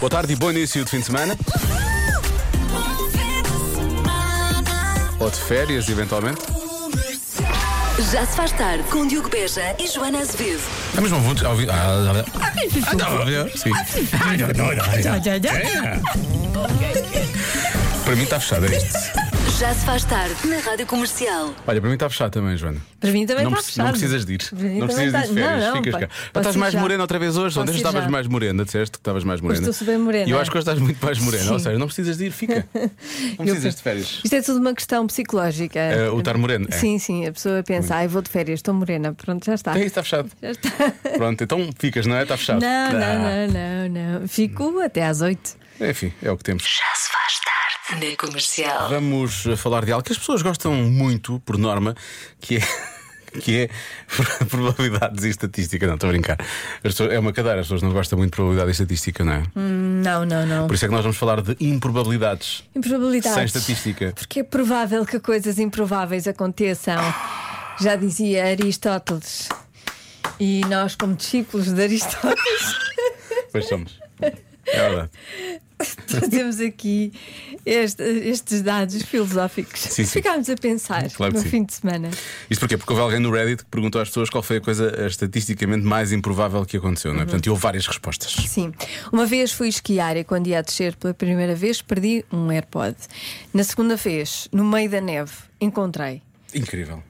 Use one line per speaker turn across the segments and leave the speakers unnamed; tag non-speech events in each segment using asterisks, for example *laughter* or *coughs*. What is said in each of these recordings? Boa tarde e bom início de fim de semana. Ou de férias, eventualmente.
Já se faz tarde com Diogo Beja e Joana Azevedo.
É
Estamos bom juntos. Ouvi... Ah, ah, sim.
Ah,
Ah, É.
Para mim está fechado é isto.
Já se faz tarde na Rádio Comercial.
Olha, para mim está fechado também, Joana.
Para mim também
não,
está
preci-
fechado.
não precisas de ir.
Para mim
Não
também
precisas de ir de
está-
férias.
Não, não,
Ficas
pá,
cá.
posso
Mas estás
ir
mais
já.
morena outra vez hoje. Ontem
Posso ir
estavas
já.
mais morena, disseste que estavas mais morena.
estou super morena.
E eu acho que hoje estás muito mais morena. Ou seja, não precisas de ir,
*laughs*
fica. Não
Eu
precisas
penso-
de férias.
Isto é tudo uma questão psicológica.
É, o estar moreno, é.
Sim, sim. A pessoa pensa, ai, vou de férias, estou morena. Pronto, já está.
É isso, está fechado.
Já está.
Pronto, então ficas, não é? Está fechado.
Não, não,
Ah.
não, não, não. Fico até às oito.
Enfim, é o que temos.
Já se faz tarde na Comercial.
Vamos eh, falar de algo que as pessoas gostam muito, por norma, que é, *laughs* que é probabilidades e estatística. Não, estou a brincar. As pessoas- é uma cadeira, as pessoas não gostam muito de probabilidade e estatística, não é?
Hum. Não, não, não.
Por isso é que nós vamos falar de improbabilidades.
Improbabilidades.
Sem estatística.
Porque é provável que coisas improváveis aconteçam. Já dizia Aristóteles. E nós, como discípulos de Aristóteles, *laughs*
Pois somos. É verdade.
trazemos aqui este- estes dados filosóficos.
Sim, sim.
Ficámos a pensar
Claro que
no
sim.
fim de semana.
Isto porquê? Porque houve alguém no Reddit que perguntou às pessoas qual foi a coisa eh, estatisticamente mais improvável que aconteceu,
Uhum.
não é? Portanto, e houve várias respostas.
Sim. Uma vez fui esquiar e quando ia a descer pela primeira vez perdi um AirPod. Na segunda vez, no meio da neve, encontrei.
Incrível.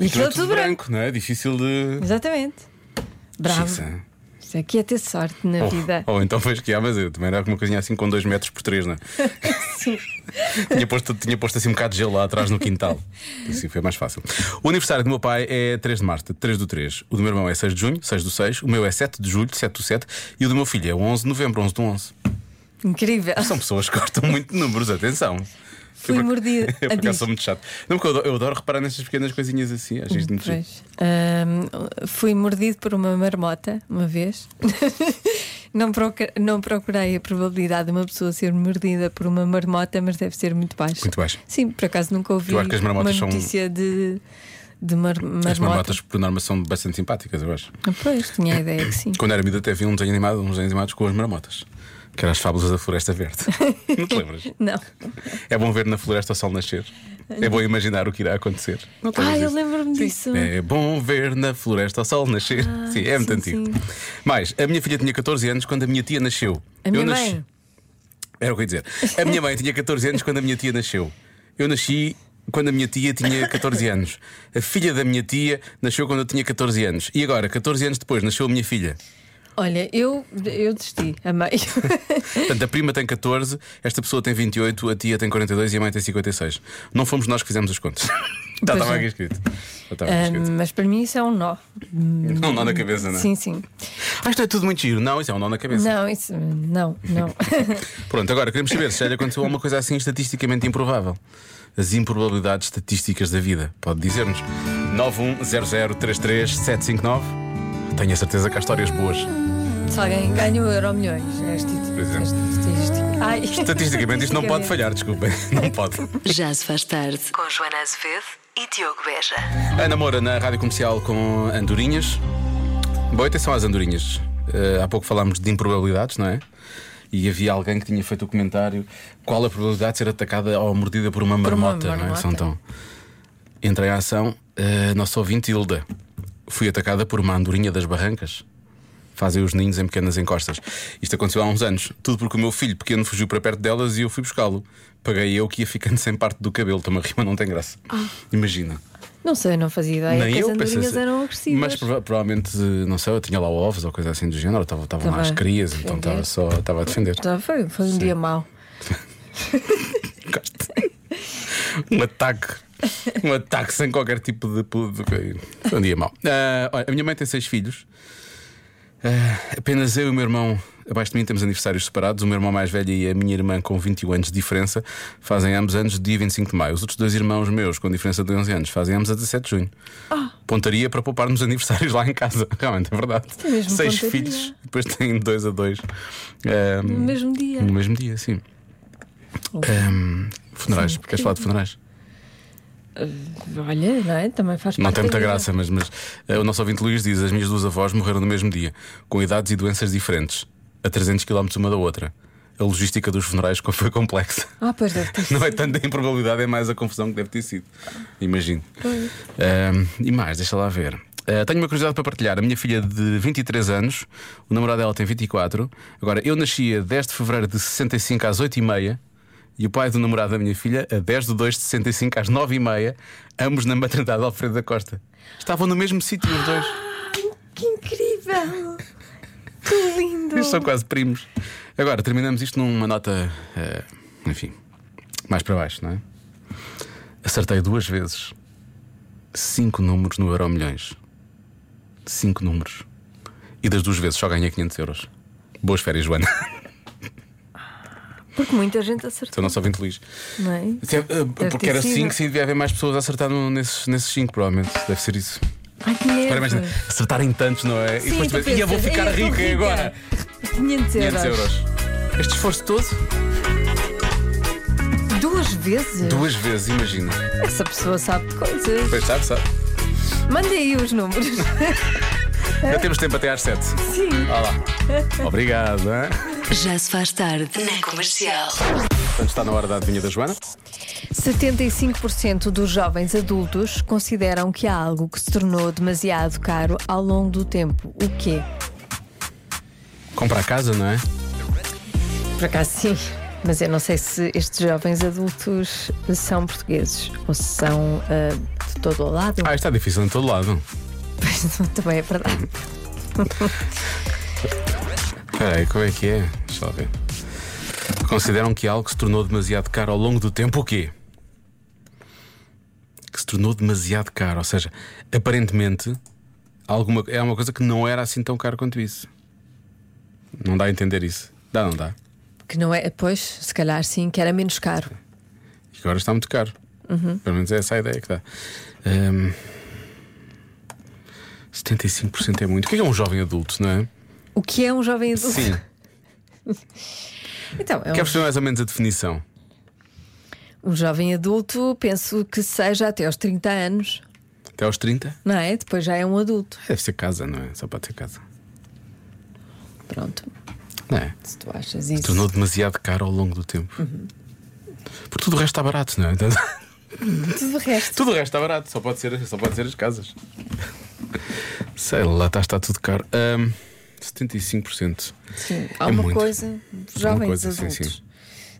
E
Aquilo é
aquilo tudo branco.
não é? Difícil de.
Exatamente. Bravo.
Xisa.
Isso aqui é ter sorte na
Ou-
vida.
Ou, então foi esquiar, mas eu também era uma coisinha assim com 2 metros por 3, não é?
*laughs* Sim.
tinha, posto, tinha posto assim um bocado de gelo lá atrás no quintal. Assim foi mais fácil. O aniversário do meu pai é 3 de março, 3 do 3. O do meu irmão é 6 de junho, 6 do 6. O meu é 7 de julho, 7 do 7. E o do meu filho é 11 de novembro, 11 do 11. oh.
Incrível. *laughs*
São pessoas que gostam muito de números, atenção. *laughs* Eu
Fui
por-
mordida.
Eu por
Ah, diz.
acaso sou muito chato. Não, porque eu adoro, eu adoro reparar nessas pequenas coisinhas assim. Acho isto muito giro.
Hum, Pois. Ahm, fui mordido por uma marmota uma vez. *laughs* não, procu- não procurei a probabilidade de uma pessoa ser mordida por uma marmota, mas deve ser muito baixa.
Muito baixo.
Sim, por acaso nunca ouvi
Eu acho que as marmotas
uma
são- um-
notícia de, de mar, marmota.
As marmotas, por norma, são bastante simpáticas, eu acho.
Ah, Pois, tinha a ideia
*coughs*
que sim.
Quando era miúdo até vi um desenho animado, uns desenhos animados com as marmotas, que eram as fábulas da Floresta Verde. *laughs* Não te lembras?
Não.
É bom ver na floresta o sol nascer. É bom imaginar o que irá acontecer. Não te
Ah,
lembras
eu
disso?
lembro-me disso.
É bom ver na floresta o sol nascer. sim, é muito
Ah, sim,
antigo. Mais, a minha filha tinha 14 anos quando a minha tia nasceu.
A minha
nasci-
mãe.
Era o que eu ia dizer. A minha mãe tinha 14 anos quando a minha tia nasceu. Eu nasci quando a minha tia tinha 14 anos. A filha da minha tia nasceu quando eu tinha 14 anos. E agora, 14 anos depois, nasceu a minha filha.
Olha, eu, eu desisti,
*laughs*
a meio.
Portanto, a prima tem 14, esta pessoa tem 28, a tia tem 42 e a mãe tem 56. Não fomos nós que fizemos os contos. *laughs* Já
Pois
estava
é.
aqui escrito. Já estava aqui
Ahm,
escrito.
mas para mim isso é um nó.
Não, um nó na cabeça, não é?
Sim, sim.
Ah, isto é tudo muito giro. Não, isso é um nó na cabeça.
Não, isso. Não, não.
*laughs* Pronto, agora queremos saber se já lhe aconteceu alguma coisa assim estatisticamente improvável. As improbabilidades estatísticas da vida. Pode dizer-nos. 910033759. Tenho a certeza que há histórias boas.
Se alguém ganha o euro milhões, é este,
exemplo.
este, este- ai.
Estatisticamente isto não pode falhar, desculpem. Não pode.
Já se faz tarde com Joana Azevedo e Diogo Beja.
Ana Moura na rádio comercial com andorinhas. Boa atenção às andorinhas. Eh, há pouco falámos de improbabilidades, não é? E havia alguém que tinha feito o comentário: qual a probabilidade de ser atacada ou mordida por uma
uma
marmota, não é?
marmota.
São tão... Entrei em ação, eh, nossa ouvinte Hilda. Fui atacada por uma andorinha das barrancas. Fazem os ninhos em pequenas encostas. Isto aconteceu há uns anos. Tudo porque o meu filho pequeno fugiu para perto delas e eu fui buscá-lo. Paguei eu que ia ficando sem parte do cabelo. Então, uma rima não tem graça.
Ah.
Imagina.
Não sei, não fazia ideia.
Nem
que
eu
as andorinhas
pensei- assim.
eram agressivas.
Mas prova- provavelmente, eh, não sei, eu tinha lá ovos ou coisa assim do género, estavam estavam lá
Tava
as crias,
a
então
defender.
estava só estava a defender.
Então foi, foi um dia mau.
Gosto. um ataque. Um ataque sem qualquer tipo de. de- Foi um dia mau. Ah, olha, a minha mãe tem seis filhos. Ah, apenas eu e o meu irmão, abaixo de mim, temos aniversários separados. O meu irmão mais velho e a minha irmã, com 21 anos de diferença, fazem ambos anos dia 25 de maio. Os outros dois irmãos meus, com diferença de 11 anos, fazem ambos a 17 de junho.
Ah.
Pontaria para pouparmos aniversários lá em casa. *laughs* Realmente, é verdade.
É mesmo
seis
pontaria.
filhos, depois têm dois a dois. Ah,
No mesmo dia.
no mesmo dia, sim. Ahm, funerais, queres falar de funerais?
Olha, não é? Também faz
Não
parte.
tem muita
da vida.
graça, mas, mas eh, o nosso ouvinte Luís diz: as minhas duas avós morreram no mesmo dia, com idades e doenças diferentes. a 300 km uma da outra. A logística dos funerais *laughs* co- foi complexa.
Ah, pois deve ter
*laughs* Não é
sido.
tanto a improbabilidade, é mais a confusão que deve ter sido. Imagino. Ahm, e mais, deixa lá ver. Ah, tenho uma curiosidade para partilhar. A minha filha de 23 anos, o namorado dela tem 24. Agora, eu nasci a 10 de fevereiro de 65 às 8h30 e o pai do namorado da minha filha a 10 de 2 de 65 às 9h30, ambos na maternidade de Alfredo da Costa. Estavam no mesmo sítio os dois.
*laughs* Que incrível! Que lindo!
Eles são quase primos. Agora, terminamos isto numa nota. eh, enfim, mais para baixo, não é? Acertei duas vezes. Cinco números no Euro Milhões. Cinco números. E das duas vezes só ganhei 500 euros. Boas férias, Joana. *laughs* é-
Porque muita gente
Sou
acertou,
nosso ouvinte Luís.
não é?
Se- eh,
ter
Porque era
sido.
5, se devia haver mais pessoas a acertar no- nesses, nesses cinco, provavelmente. Deve ser isso.
Ai, que
Agora imagina,
merda!
acertarem tantos, não é?
é. Sim,
e depois
tu
tu pensas, "Ih, eu vou
pensas,
ficar
"Ei, eu
rica,
vou
e
é rica."
agora.
500 euros.
500 euros. Este esforço todo,
Duas vezes?
duas vezes, imagina.
Essa pessoa sabe de coisas.
Pois sabe, sabe.
Manda aí os números. *laughs*
Já temos tempo até às 7.
Sim.
Olá. Obrigado, hein?
Já se faz tarde na comercial.
Portanto, está na hora da adivinha da Joana.
75% dos jovens adultos consideram que há algo que se tornou demasiado caro ao longo do tempo. O quê?
Compra a casa, não é?
Por acaso, sim. Mas eu não sei se estes jovens adultos são portugueses ou se são ah, de todo o lado.
Ah, está difícil em todo lado.
*laughs* Pois não, também é verdade.
Peraí, como é que é? Deixa lá ver. Consideram que algo que se tornou demasiado caro ao longo do tempo, o quê? Que se tornou demasiado caro, ou seja, aparentemente alguma, é uma coisa que não era assim tão caro quanto isso. Não dá a entender isso. Dá, não dá.
Que não é, pois, se calhar sim, que era menos caro.
E agora está muito caro. Pelo menos é essa a ideia que dá. Hum, Ahm, 75% é muito. O que é que é um jovem adulto, não é?
O que é um jovem adulto?
Sim.
Então, é um
Quer perceber mais ou menos a definição?
Um jovem adulto, penso que seja até aos 30 anos,
Até aos 30?
não é? Depois já é um adulto.
Deve ser casa, não é? Só pode ser casa.
Pronto,
Não é?
se tu achas isso.
Tornou demasiado caro ao longo do tempo. Porque tudo o resto está barato, não é? *laughs* Então,
Tudo o resto.
tudo o resto está barato, só pode ser, só pode ser as casas. Sei lá, está, está tudo caro. Hum, Ahm, 75%.
Sim, há
É
uma
muito.
coisa, jovens
coisa, sim,
adultos.
sim.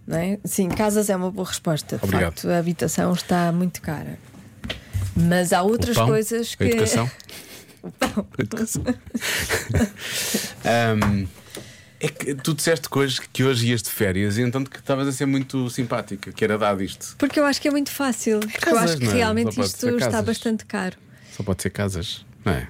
Não é? Sim, casas é uma boa resposta. De
Obrigado.
facto, a habitação está muito cara. Mas há outras
o pão,
coisas que. *laughs*
A educação. A educação. *laughs* Ahm, é que tu disseste que hoje, que hoje ias de férias e então que estavas a ser muito simpática, que era dado isto.
Porque eu acho que é muito fácil. Porque eu
casas,
acho que
não é?
realmente
Só pode
isto
ser
está
casas.
bastante caro.
Só pode ser casas, não é?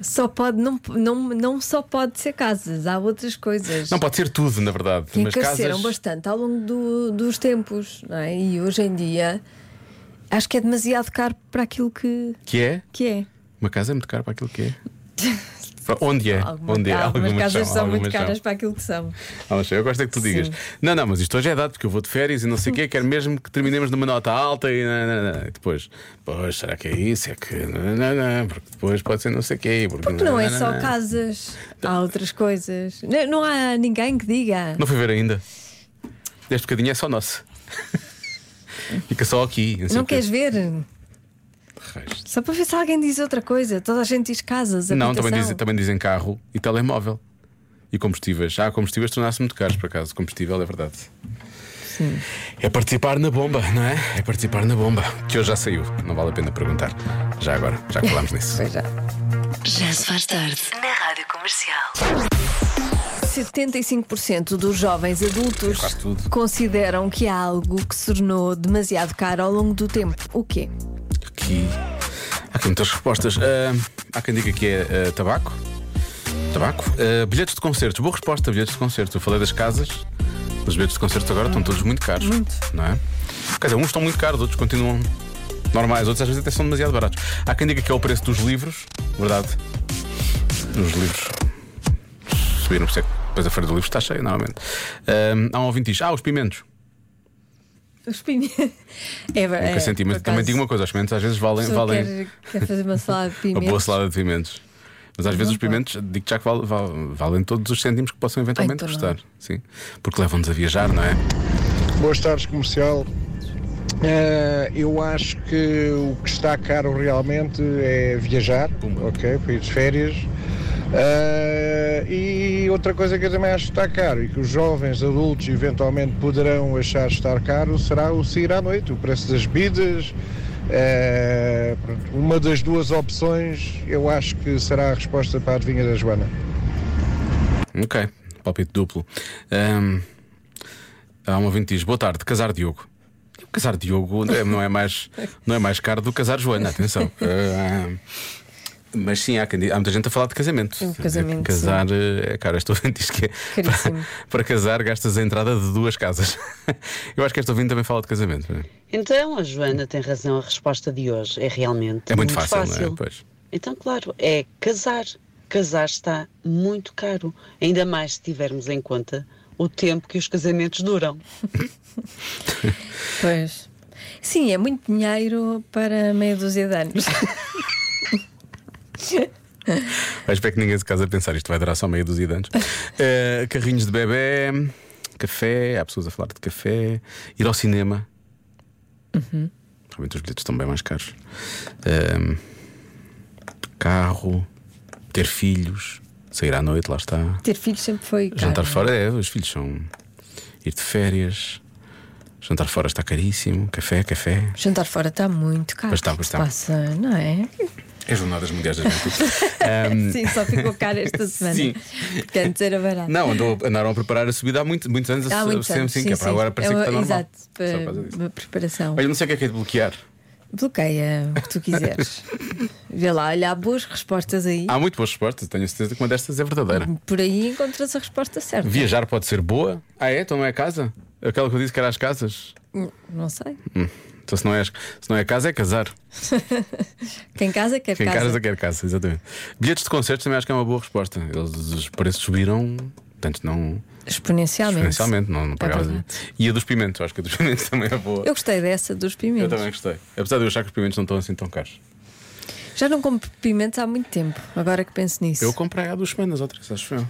Só pode, não, não, não só pode ser casas, há outras coisas.
Não pode ser tudo, na verdade.
que é um
mas
encareceram
casas.
bastante ao longo do- dos tempos, não é? E hoje em dia acho que é demasiado caro para aquilo que,
Que é?
que é.
Uma casa é muito cara para aquilo
*laughs*
que é. Para onde é?
Alguma-
onde é?
algumas
Algumas
casas são muito
algumas
caras
são.
para aquilo que são.
Algumas são. Eu gosto é que tu digas.
Sim.
Não, não, mas isto hoje é dado porque eu vou de férias e não sei o quê, quero mesmo que terminemos numa nota alta e, não, não, não. E depois, pois, será que é isso? É que. Não, não, não, porque depois pode ser não sei o quê. Porque,
Porque não é
não,
só
não.
casas, há outras coisas. Não, não há ninguém que diga.
Não fui ver ainda. Este bocadinho é só
*laughs*
nosso. Fica só aqui. sei
Não
o quê.
queres ver?
Raios.
Só para ver se alguém diz outra coisa. Toda a gente diz casas,
Não,
habitação.
também dizem, também dizem carro e telemóvel. E combustíveis. Já há combustíveis que tornaram-se muito caros, por acaso. Combustível é verdade.
Sim.
É participar na bomba, não é? É participar na bomba. Que hoje já saiu. Não vale a pena perguntar. Já agora, já que falámos nisso.
Pois é. já.
Já se faz tarde na rádio comercial.
75% dos jovens adultos
quase tudo.
consideram que há algo que se tornou demasiado caro ao longo do tempo. O quê?
Aqui. Há aqui muitas respostas. Ah, há quem diga que é ah, tabaco. Tabaco. Ah, bilhetes de concertos. Boa resposta, bilhetes de concertos. Eu falei das casas. Os bilhetes de concertos agora estão todos muito caros. Muito. Não é? Quer dizer, uns estão muito caros, outros continuam normais, outros às vezes até são demasiado baratos. Há quem diga que é o preço dos livros, verdade? Os livros subiram, por isso é que depois a feira do livro está cheia, normalmente. Ahm, há um ouvinte que diz: Ah, os pimentos.
Os *laughs* pimentos. É, ver-
Nunca
é,
senti, mas
por
também
acaso,
digo uma coisa: os pimentos às vezes
a
valem,
pessoa
valem
Quer, quer fazer uma salada
*laughs*
de
uma
pimentos.
boa salada de pimentos. Mas às vezes os pimentos, digo já que val- val- valem todos os cêntimos que possam eventualmente
Ai, então não.
custar. Sim. Porque levam-nos a viajar, não é?
Boas tardes, comercial. Eh, eu acho que o que está caro realmente é viajar, ok? Para ir de férias. Eh, e outra coisa que eu também acho que está caro e que os jovens adultos eventualmente poderão achar estar caro será o sair à noite, o preço das bebidas. Eh, pronto, uma das duas opções eu acho que será a resposta para a adivinha da Joana.
Ok, palpite duplo. Ahm, há um ouvinte que diz: Boa tarde, casar Diogo. O casar Diogo é- não é mais, não é mais caro do que casar Joana, atenção.
*laughs*
Ah, mas sim, há, quem di- há muita gente a falar de casamento.
O casamento,
casar eh, é caro. Este ouvinte diz que é para,
Caríssimo.
*laughs* para casar gastas a entrada de duas casas. *laughs* Eu acho que este ouvinte também fala de casamento. não é?
Então, a Joana tem razão, a resposta de hoje é realmente
É muito fácil, não é? Pois.
Então, claro, é casar. Casar está muito caro, ainda mais se tivermos em conta o tempo que os casamentos duram.
Pois. Sim, é muito dinheiro para meia dúzia de
*laughs*
anos.
Eu espero que ninguém se case a pensar isto vai durar só meia dúzia de *laughs* anos. Eh, carrinhos de bebê, café, há pessoas a falar de café, ir ao cinema. Uhum. Realmente os bilhetes estão bem mais caros. Ehm, carro, ter filhos, sair à noite, lá está.
Ter filhos sempre foi caro.
Jantar fora é, os filhos são ir de férias. Jantar fora está caríssimo, café, café.
Jantar fora está muito caro.
Pois está,
O que
pois tá.
se
está.
Passa, não é?
É Jornadas Mundiais da Juventude. *laughs*
*laughs* Sim, só ficou caro esta semana.
Hum. Sim.
Porque antes era barato.
Não, andou- andaram a preparar a subida há muito- muitos anos. a
Há
su-
muitos
sempre,
anos.
sim, que é para agora parecer
É
que
uma-
está normal.
Exato, eh,
Só por causa disso.
para uma preparação.
Olha, não sei o que é que é de bloquear.
Bloqueia o que tu
*laughs*
quiseres. Vê lá, olha, há boas respostas aí.
Há muito boas respostas, tenho a certeza que uma destas é verdadeira.
Por aí encontras a resposta certa.
Viajar pode ser boa? Ah, é? Então não é a casa? Aquela que eu disse que era as casas?
Hum, Não sei.
Hum. Então se não é, as- se não é casa, é casar.
Quem casa quer
Quem
casa.
casa, quer casa, exatamente. Bilhetes de concertos também acho que é uma boa resposta. Eles, os preços subiram, portanto, não.
Exponencialmente.
Exponencialmente, não, não pagavas.
É verdade.
e a dos pimentos, acho que a dos *laughs* pimentos também é boa.
Eu gostei dessa dos
eu
pimentos.
também gostei. Apesar de eu achar que os pimentos não estão assim tão caros.
Já não como pimentos há muito tempo, agora que penso nisso.
Eu comprei há duas semanas ou três, acho eu.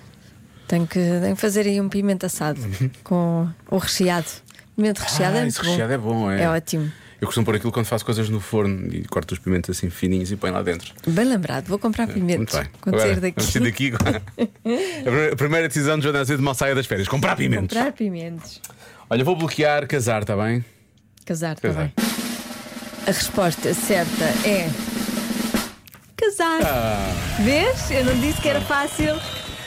Tenho, que, tenho que fazer aí um pimento assado com o recheado. Pimento
Uhum.
recheado
ah,
é muito
esse
bom.
recheado é bom, é.
É ótimo.
Eu costumo pôr aquilo quando faço coisas no forno e corto os pimentos assim fininhos e ponho lá dentro.
Bem lembrado, vou comprar pimentos
É, Muito bem.
quando
Agora,
sair daqui.
Vamos sair
*laughs*
daqui. a primeira- a primeira decisão de Joana Azevedo mal saia das férias: comprar pimentos.
Comprar pimentos.
Olha, vou bloquear casar, está bem?
Casar, tá
Casar.
bem. A resposta certa é. Casar.
Ah.
Vês? Eu não disse que era fácil.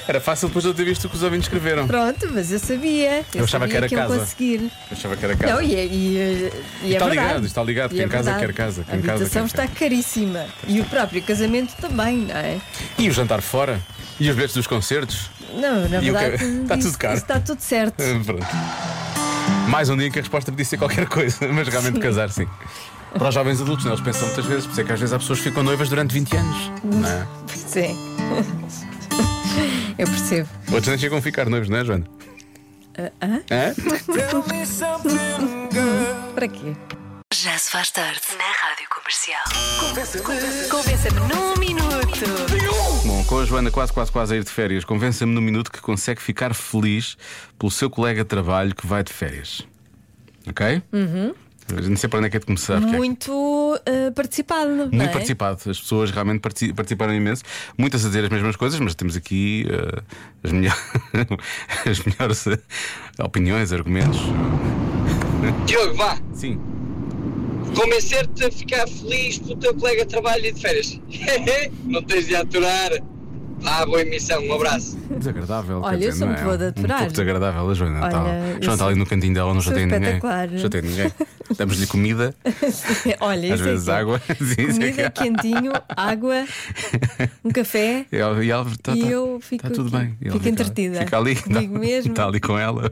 Era fácil depois de eu ter visto o que os ouvintes escreveram.
Pronto, mas eu sabia. Eu,
Eu achava
sabia
que era
eu
casa.
conseguir.
Eu achava que era casa.
Não, e, é- e, é- e é
Está
verdade.
ligado, está ligado.
E
Quem
é
casa,
verdade.
quer casa. Quem
a
casa, quer
habitação está caríssima. E o próprio casamento também, não é?
E o jantar fora? E os bilhetes dos concertos?
Não, na
E o que- é?
verdade.
está tudo
isso-
caro.
isso Está tudo certo.
Ah, Pronto. Mais um dia em que a resposta podia ser qualquer coisa, mas realmente casar, sim. Para os jovens adultos, não, eles pensam muitas vezes, por isso é que às vezes há pessoas que ficam noivas durante 20 anos. Não é?
Pois é. Eu percebo.
Outros nem chegam a ficar noivos, não é, Joana? Ah, Hã?
Para quê?
Já se faz tarde na Rádio Comercial. Convença-me num minuto.
Bom, com a Joana quase, quase, quase a ir de férias, convença-me no minuto que consegue ficar feliz pelo seu colega de trabalho que vai de férias. Ok? Uhum. Não sei para onde é que é de começar. porque é que-
Muito eh, participado. não
Muito
é? *laughs*
participado, as pessoas realmente parti- participaram imenso. Muitas a dizer as mesmas coisas, mas temos aqui eh, as, melhor- *laughs* as melhores eh, opiniões, argumentos.
Diogo, vá,
Sim,
convencer-te a ficar feliz pelo teu colega de trabalho e de férias. *laughs* não tens de aturar. Vá, boa emissão, um abraço.
desagradável. quer
Olha, eu
dizer,
sou
não
muito
é?
boa de
Um
aturar.
pouco desagradável, a Joana.
Olha,
está,
eu
Joana está
sou-
ali no cantinho dela, não
sou
chateia ninguém.
espetacular.
Chateia ninguém. Damos-lhe
*laughs*
comida,
Olha,
às
isso
vezes
é que-
água. *laughs* Sim, isso é
Comida,
que há. *laughs*
quentinho, água, um café.
E ela- e ela- tá-
E
tá-
eu fico
tá tudo
aqui,
bem. E ela
fico
fica-
entretida.
Fica ali,
Comigo mesmo.
Está *laughs* ali com
*laughs*
ela,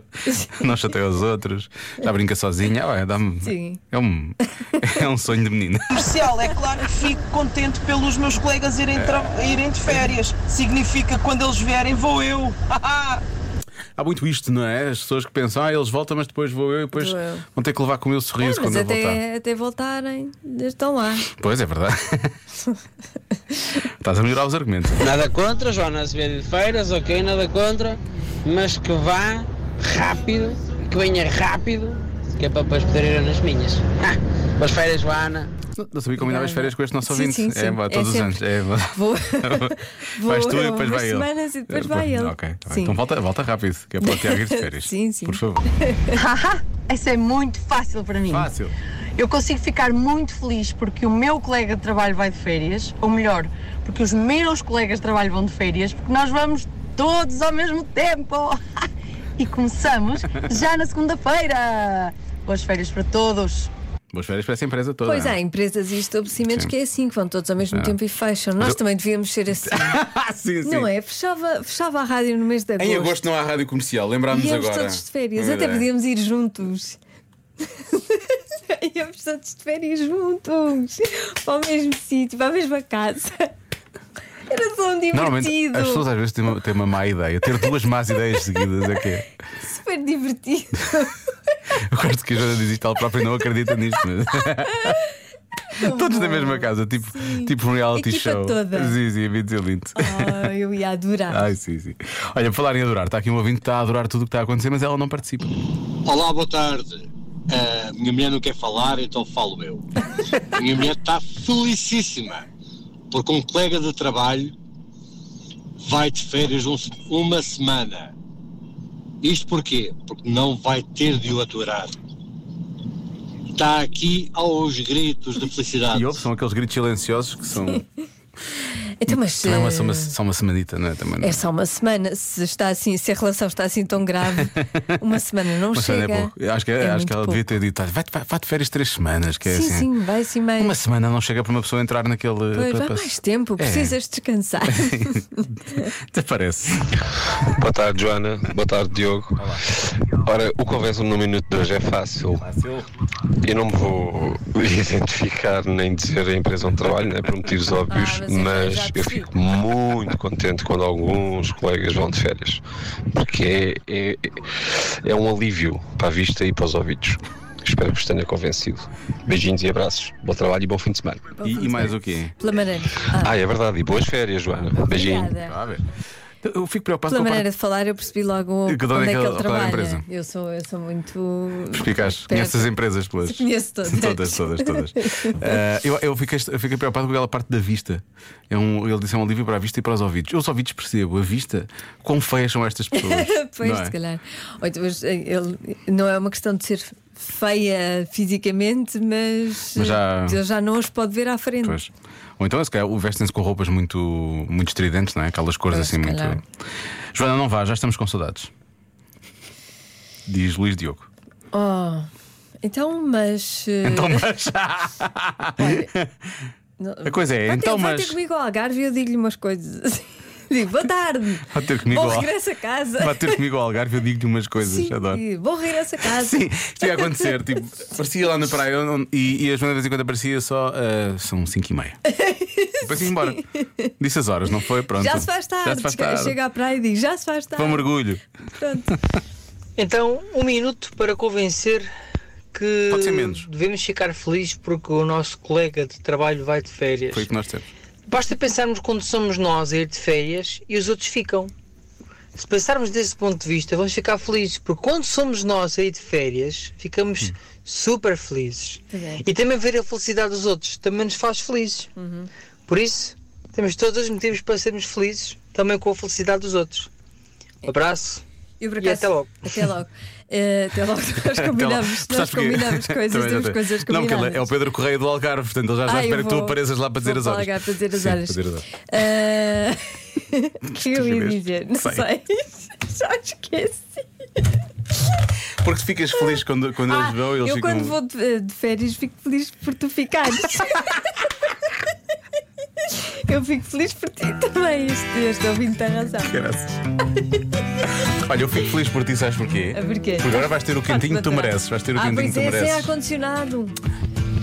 não chateia os outros, já brinca sozinha. Ah, dá-me-
Sim.
é, um, *laughs* é um sonho de menina.
comercial, é claro que fico contente pelos meus colegas *laughs* irem, tra- irem de férias. Significa que quando eles vierem vou eu.
Há muito isto, não é? As pessoas que pensam, ah, eles voltam, mas depois vou eu, e depois
Vou eu. É,
vão ter que levar com o meu sorriso
Ah, mas
quando eu voltar.
até, até voltarem, estão lá.
Pois é
*laughs*
verdade. Estás a melhorar os argumentos.
Nada contra, Joana Azevedo de Feiras, ok, nada contra, mas que vá rápido, que venha rápido, que é para depois poder ir nas minhas. Ah, boas feiras, Joana.
Não- Não sabia combinar as
Obrigada.
férias com este nosso
Sim,
ouvinte.
sim, sim.
É, vá,
É
todos os
sempre.
anos. É, vá. *laughs*
Vou, vou
Vais tu e
eu
depois
umas
vai ele.
semanas e depois
Eh,
vai ele.
Ok, tá bem.
Sim.
então volta, volta rápido, que é para o Tiago ir de férias.
*laughs* Sim, sim.
Por favor.
Haha, Isso é muito fácil para mim.
Fácil.
Eu consigo ficar muito feliz porque o meu colega de trabalho vai de férias, ou melhor, porque os meus colegas de trabalho vão de férias, porque nós vamos todos ao mesmo tempo. *laughs* E começamos já na segunda-feira. Boas férias para todos.
Boas férias para essa empresa toda.
Pois é. há empresas e estabelecimentos
Ah. Sim.
que é assim, que vão todos ao mesmo
Ah.
tempo e fecham. Nós
eu-
também
*laughs*
devíamos ser assim.
*laughs* sim, sim.
Não é? Fechava, fechava a rádio no mês de agosto.
Em agosto não há rádio comercial, lembrámos
Íamos
agora. É
todos de férias,
Uma
até
ideia.
podíamos ir juntos. *laughs* Íamos todos de férias juntos, para o mesmo sítio, para a mesma casa. Era tão
Normalmente
divertido,
as pessoas às vezes têm uma, têm uma má ideia. Ter duas más ideias seguidas é que é. *laughs*
super divertido.
Eu gosto que a Joana diz isto, ela própria não acredita nisto.
*laughs*
mas- Todos da mesma casa, tipo,
Sim.
tipo um reality
Equipa
show.
toda.
Sim, sim, havia de ser lindo.
Ah, eu ia adorar.
*laughs* Ai, sim, sim. Olha, por falar em adorar, está aqui um ouvinte que está a adorar tudo o que está a acontecer, mas ela não participa.
Olá, boa tarde. A minha mulher não quer falar, então falo eu. A minha mulher está felicíssima porque um colega de trabalho vai de férias um- uma semana. Isto porquê? Porque não vai ter de o aturar. Está aqui aos gritos de felicidade.
E ouve, são aqueles gritos silenciosos que são.
Então, mas
Não, mas
eh,
só é uma, só uma semanita, não é? Também não.
é só uma semana. Se, está assim, se a relação está assim tão grave,
*laughs*
uma semana não
Uma
chega.
semana é pouco. Acho que,
É
acho
muito
que ela devia ter dito: "Olha, vai, vai, vai de férias três semanas, que é
Sim,
assim.
sim, vai assim meio.
Uma semana não chega para uma pessoa entrar naquele.
Pois,
para- É.
vai
para-
mais tempo, precisas descansar.
Até *laughs* parece.
Boa tarde, Joana. Boa tarde, Diogo. Ora, o convença-me no minuto de hoje é fácil. Eu não me vou *laughs* identificar nem dizer a empresa onde trabalho, né, por motivos óbvios,
Ah, mas eu
mas,
já
eu
percebi.
fico muito contente quando alguns colegas vão de férias, porque é, é, é um alívio para a vista e para os ouvidos. Espero que vos tenha convencido. Beijinhos e abraços. Bom trabalho e bom fim de semana.
Tá.
E, *laughs* e mais o quê?
Pela maneira. Ah,
Ah, é verdade. E boas férias, Joana. Beijinho.
obrigada.
Ah, bem. Eu fico preocupado
Pela
com a parte
maneira de falar, eu percebi logo
E que
onde,
dono é
é que
que-
ele
qual era a
trabalha.
empresa?
Eu sou, eu sou muito.
Perspicaz.
Perto. *laughs*
Conheces as empresas pelas.
Conheço todas.
Todas, todas, todas. Eh, eu, eu, fiquei, eu fiquei preocupado com aquela parte da vista. É um, ele disse é um alívio para a vista e para os ouvidos. Eu os ouvidos percebo, a vista, quão feias são estas pessoas.
*laughs* Pois,
não é?
se calhar. Ou então, mas, eh, ele, não é uma questão de ser feia fisicamente, mas, eh,
Mas já-
ele já não os pode ver à frente.
Pois. Ou então, se calhar, o vestem-se com roupas muito, muito estridentes, não é? Aquelas cores
Pois,
assim
se
muito.
calhar.
Joana, não vá, já estamos com saudades. Diz Luís Diogo.
Oh, então, mas. eh,
Então, mas. *laughs*
não-
A coisa é,
vai ter,
então,
vai
mas.
ter comigo ao Algarve e eu digo-lhe umas coisas. assim. *laughs* digo, boa tarde.
Vai ter comigo
Bom
ao-
regresso a casa.
Vá ter comigo ao Algarve, eu digo-lhe umas coisas.
Sim,
Adoro.
Bom regresso a casa.
Sim, isto ia
*laughs*
acontecer. Tipo, aparecia lá na praia eu não- e, e a Joana de vez em quando aparecia só. ah, são 5 e meia. Depois ia embora. Disse as horas, não foi? Pronto.
Já se faz tarde.
Já se faz
Chega-
tarde.
Chega à praia e diz: Já se faz tarde.
Foi um mergulho.
Pronto.
Então, um minuto para convencer que
Pode ser menos.
devemos ficar felizes porque o nosso colega de trabalho vai de férias.
Foi o que nós temos.
Basta pensarmos quando somos nós a ir de férias e os outros ficam. Se pensarmos desse ponto de vista, vamos ficar felizes, porque quando somos nós a ir de férias, ficamos super felizes.
Pois é.
E também ver a felicidade dos outros também nos faz felizes. Por isso, temos todos os motivos para sermos felizes, também com a felicidade dos outros. Um abraço.
Eu, por
E até logo.
Até logo. Eh,
*laughs*
até logo. Nós combinamos,
Até lá.
nós
Sabes porquê? *laughs*
combinamos coisas,
Também
temos
já tem.
coisas
Não,
combinadas.
porque ele é o Pedro Correia do Algarve, portanto ele já está
Ah,
à
eu
espera que tu
vou-
apareças lá para dizer
vou
as horas.
para o Algarve para dizer as
Sim,
horas.
para dizer as horas. *laughs*
Eh, que eu ia
Estupidez.
dizer, não
Sei.
sei. *laughs* Já esqueci.
Porque se ficas feliz quando, quando eles vão, eles
Ah, eu
ficam.
quando vou de, de férias fico feliz por tu
*laughs*
ficares. eu fico feliz por ti também. Este, este ouvinte tem razão.
Graças. Olha, eu fico feliz por ti, sabes porquê?
É porquê?
Porque agora vais ter o cantinho que tu mereces. Vais ter o
ah,
cantinho que
pois
tu
é, sem
mereces.
ar-condicionado.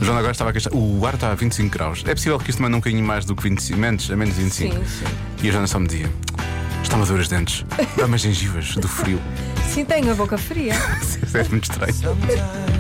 Joana agora estava a queixar. O ar está a 25 graus. É possível que isto mande um bocadinho mais do que 25, menos, a menos 25.
Sim, sim.
E a Joana só me dizia: Está-me a doer os dentes. Dá-me as gengivas do frio.
Sim, tenho a boca fria.
É muito estranho.